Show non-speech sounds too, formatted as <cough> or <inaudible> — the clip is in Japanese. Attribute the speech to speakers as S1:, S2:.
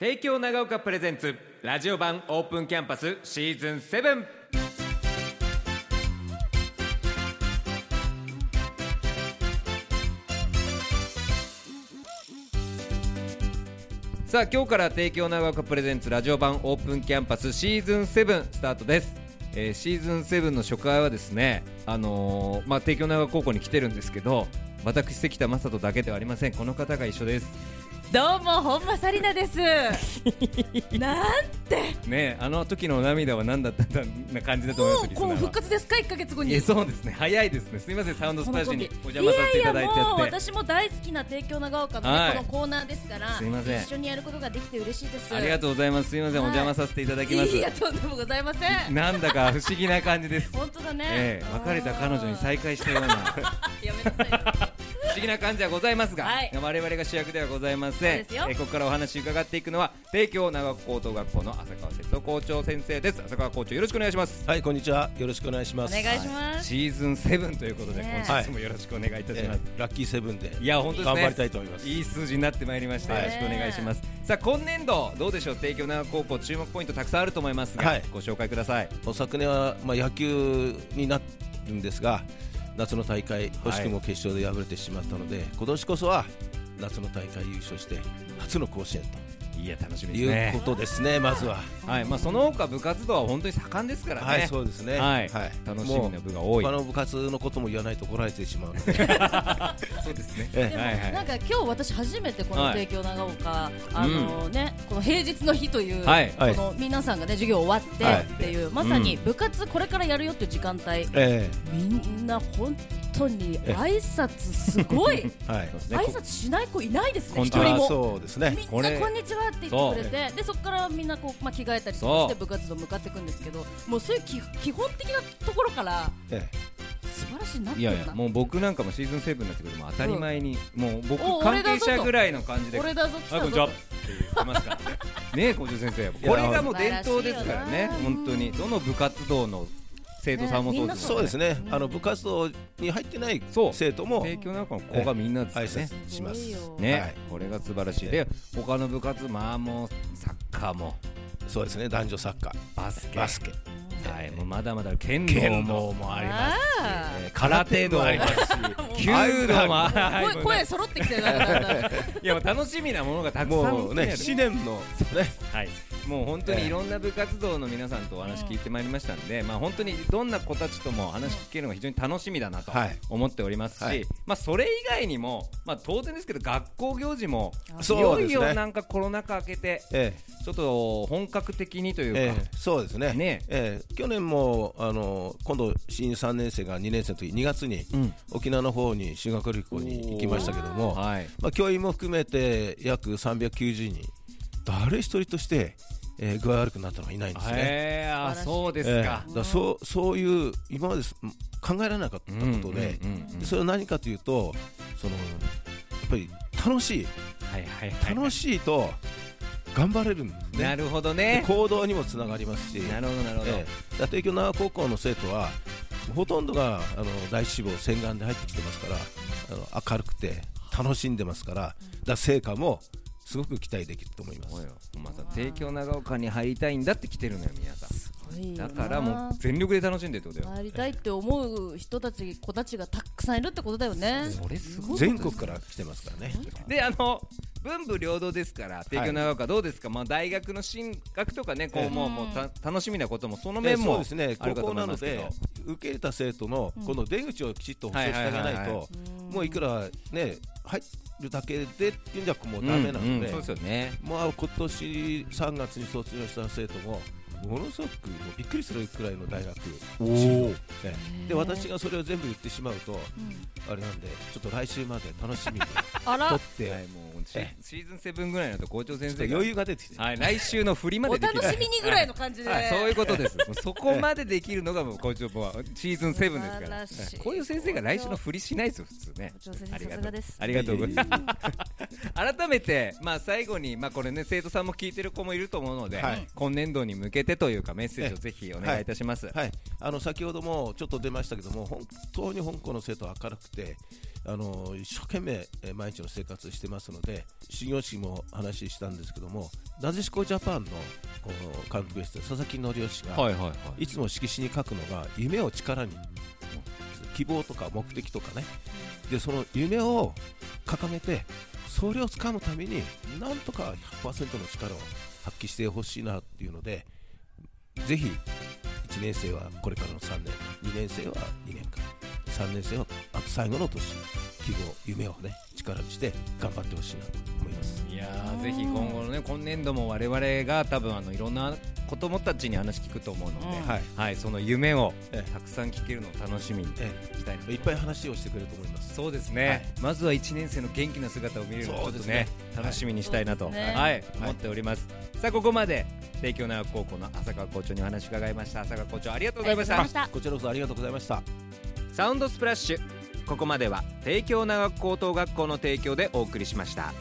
S1: 帝京長岡プレゼンツラジオ版オープンキャンパスシーズン7さあ今日から帝京長岡プレゼンツラジオ版オープンキャンパスシーズン7スタートです、えーシーズン7の初回はですねあのーまあ帝京長岡高校に来てるんですけど私関田正人だけではありませんこの方が一緒です
S2: どうも本間紗理奈で
S1: <laughs>
S2: す。なんて
S1: ねえあの時の涙は何だったんだな感じだと思い
S2: も
S1: ま
S2: う
S1: すリスナ
S2: こう
S1: ー
S2: 復
S1: は
S2: 活ですか一ヶ月後に。
S1: えそうですね早いですねすみませんサウンドスタジオにお
S2: このコンビ
S1: 邪魔させていただいて
S2: ややもう
S1: やって
S2: 私も大好きな帝京長岡の、ね
S1: はい
S2: このコーナーですから
S1: すいません
S2: 一緒にやることができて嬉しいです。
S1: ありがとうございますすみませんお
S2: はい
S1: 邪魔させていただきま
S2: いや
S1: す
S2: とんでもございません。
S1: なんだか不思議な感じです
S2: 本当 <laughs> だね。
S1: ええ別れた彼女に再会したよ
S2: <laughs>
S1: うな不
S2: あーやめな
S1: <laughs>
S2: さいよ。
S1: 思議な感じはございますが、
S2: はい
S1: 我々が主役ではございません
S2: そうですよ
S1: えここからお話伺っていくのは帝京長岡高等学校の浅川瀬戸校長先生です浅川校長よろしくお願いします
S3: はい、こんにちは。よろしくお願いしま
S2: お
S3: す。
S2: 願いします。
S1: シーズン7ということで、
S2: ねえ
S1: 今週もよろしくお願いいたし
S3: え
S1: ます、
S3: ーラッキーセブンで。
S1: いや本当ですね
S3: 頑張りたいと思います
S1: いい数字になってまいりました、
S3: はい
S1: よろしくお願いしますさあ今年度どうでしょう帝京長岡高校注目ポイントたくさんあると思いますが、
S3: はい
S1: ご紹介ください
S3: お昨年はまあ野球になるんですが、夏の大会惜しくも決勝で敗れてしまったので、今年こそは夏の大会優勝して初の甲子園
S1: いや楽し
S3: と
S1: みです
S3: いうこ
S1: ね
S3: とですね。まずは。
S1: はいまあその他部活動は本当に盛んですからね、
S3: はい、そうですね。
S1: はい楽しみな部が多い
S3: 他の部活のことも言わないと怒られてしまうので。
S1: そうですね
S3: え
S2: でも、
S1: はいはい
S2: なんか今日私初めてこの
S1: はい
S2: 帝京長岡、あのね、この平日の日という、
S1: はい
S2: この皆さんがね授業終わって
S3: はい
S2: っていう、まさに部活これからやるよっていう時間帯、
S3: え
S2: みんな本当に挨拶すごい
S3: えはい。
S1: <laughs> そうですね
S2: 挨
S1: こ
S2: 拶しない子いないですね
S1: こん
S2: 一
S1: にちは
S2: 人
S3: あー
S2: も
S3: そうですね。
S2: みんなこ
S1: これ
S2: んにちはって言ってくれてでそこからみんなこうまあ着替えたりとか
S1: そ
S2: し
S1: う
S2: て部活動向かっていくんですけどもうそういうき基本的なところから
S3: え
S2: 素晴らしいなって
S1: い
S2: るな
S1: やいやもう僕なんかもシーズン7になってくるともう当たり前に、もう僕
S2: お
S1: 関
S2: 俺だ
S1: 係
S2: ぞと
S1: 者ぐらいの感じで
S2: 俺だぞ来
S1: あこん
S2: たぞ
S1: にちはって言ってますからねねえ校長先生これがもう伝統ですからね
S2: 素晴らしいよな
S1: 本当にどの部活動の生徒さんもそう
S2: ねみ
S1: で
S2: んな
S3: え
S1: す
S3: そうです
S1: ね
S3: ね。あの部活動に入ってない
S1: そう
S3: 生徒も
S1: 帝京なんかの子がみんなです
S3: 挨
S1: よね
S3: 拶します
S2: す。ごいよ
S1: ね、
S3: はい
S1: これが素晴らしいで他の部活まあもうサッカーも
S3: そうですね。男女サッカー、
S1: バスケ
S3: バスケ。
S1: はいもうまだまだ剣道
S3: 剣
S1: も
S3: 道
S1: もあります
S2: あ
S1: えー空手道もありますし弓道も <laughs> あ
S2: あ
S1: り
S2: 声声揃ってきてるなだんだん <laughs> だ
S1: い
S2: ん
S1: やもう楽しみなものがたくさん
S3: もう
S1: 本当
S3: ね、
S1: にある
S3: 7年のね、
S1: はい、もう本当にいろんな部活動の皆さんとお話聞いてまいりましたんで、まあ、本当にどんな子たちとも話聞けるのが非常に楽しみだなと
S3: はい
S1: 思っておりますし、
S3: はい
S1: まあ、それ以外にも、まあ、当然ですけど学校行事もい
S3: そう
S1: よ
S3: で
S1: い
S3: す
S1: よな
S3: ね。
S1: んかコロナ禍明けて
S3: え
S1: ちょっと本格的にとい
S3: え
S1: うか、
S3: ええそうですね。
S1: ね
S3: ええ去年もあの今度新3年生が2年生の時2月に
S1: うん
S3: 沖縄の方に修学旅行に行きましたけども、
S1: はい、
S3: まあ教員も含めて約390人、誰一人として、ええ具合悪くなったのはいないんですね。
S1: へえあ
S2: 素晴らしい
S1: そうです
S3: ええ
S1: か
S3: だ、からそうそういう今まです考えられなかったことで、
S1: うんうんうんうん
S3: でそれは何かというとそのやっぱり楽しい
S1: はいはいはい
S3: 楽しいと頑張れるんですね
S1: なるほど
S3: で
S1: ね
S3: 行動にもつながりますし
S1: なるほどなるほど、
S3: ええだ帝京長岡高校の生徒はほとんどがあの第一志望洗顔で入ってきてますからあの明るくて楽しんでますからだ成果もすごく期待できると思いま
S1: おい
S3: す
S1: よまた帝京長岡に入りたいんだって来てるのよ皆さん
S2: いい
S1: だ
S2: よな
S1: からもう全力で楽しんでってことよ
S2: 回りたいって思う人たち子たちがたくさんいるってことだよね。
S1: それすごい
S3: 全国から来てますからね
S1: であの文武両道ですから帝京長岡どうですか、まあ大学の進学とかねこう、
S3: ええ
S1: もうもうた楽しみなこともその面も
S3: ええそうですね
S1: あるか
S3: 高
S1: と
S3: 校
S1: 思い
S3: な
S1: ま
S3: の
S1: すけど
S3: で受け入れた生徒のこの出口をきちっと保証してあげ
S1: は
S3: ないい
S1: はいはいは
S3: ともういくらね入るだけでっていうんじゃもうダメな
S1: うんう
S3: の
S1: ん
S3: で
S1: そうですよね
S3: もう今年3月に卒業した生徒もものすごくもうびっくりするくらいの大学
S1: お
S3: おえ
S2: へー
S3: えで私がそれを全部言ってしまうと
S2: うん
S3: あれなんでちょっと来週まで楽し
S1: <laughs>
S3: みに
S2: あら
S3: とっ、
S1: はい
S3: て
S1: もうシ
S3: え
S1: シーズンセブンぐらいになると校長
S3: ちょ
S1: 先
S3: っと
S1: 生が
S3: 余裕が出てきて
S1: はい来週の振りま
S2: お
S1: でできる
S2: 楽しみにぐらいの感じで。
S1: はいはいそういうことですもうそこまでできるのがもう校長もうシーズンセブンですから
S2: 素晴らしい
S1: こういう先生が来週の振りしないですよ普通ね
S2: 校長先生
S1: ありが
S2: さす
S1: と
S2: が
S1: う
S2: です
S1: ありがとうございます
S3: いえいえ
S1: <laughs>
S3: い
S1: 改めて、まあ、最後に、まあ、これね生徒さんも聞いてる子もいると思うので、
S3: はい
S1: 今年度に向けてというかメッセージをぜひお願いいたします、
S3: えはいあの先ほどもちょっと出ましたけども本当に本校の生徒は明るくてあの一生懸命えー毎日の生活してますので始業式も話したんですけどもなでしこジャパンのこう監督です佐々木則義が、
S1: はいはいはい
S3: いつも色紙に書くのが夢を力に希望とか目的とかねでその夢を掲げてそれを掴むためになんとか100%の力を発揮してほしいなっていうのでぜひ1年生はこれからの3年2年生は2年間3年生はあと最後の年希望夢をね力にして頑張ってほしいなと思います
S1: いやーぜひ今後のね今年度も我々が多分あのいろんな子供たちに話聞くと思うので、
S2: うん
S3: はい
S1: はい、その夢を
S3: え
S1: たくさん聞けるのを楽しみに
S3: え
S1: したいなと
S3: えいっぱい話をしてくれると思います
S1: そうですね、
S3: はい
S1: まずは1年生の元気な姿を見れるのをちょ
S3: そ
S1: っ
S3: う
S1: と
S3: です
S1: ね
S3: ね
S1: 楽しみにしたいなと、
S2: はい
S1: はい思っております、さあここまで帝京大学高校の浅川校長にお話伺いました浅川校長ありがとうございました
S2: ありがとうございました
S3: こちらこそありがとうございました
S1: サウンドスプラッシュここまでは帝京大学高等学校の提供でお送りしました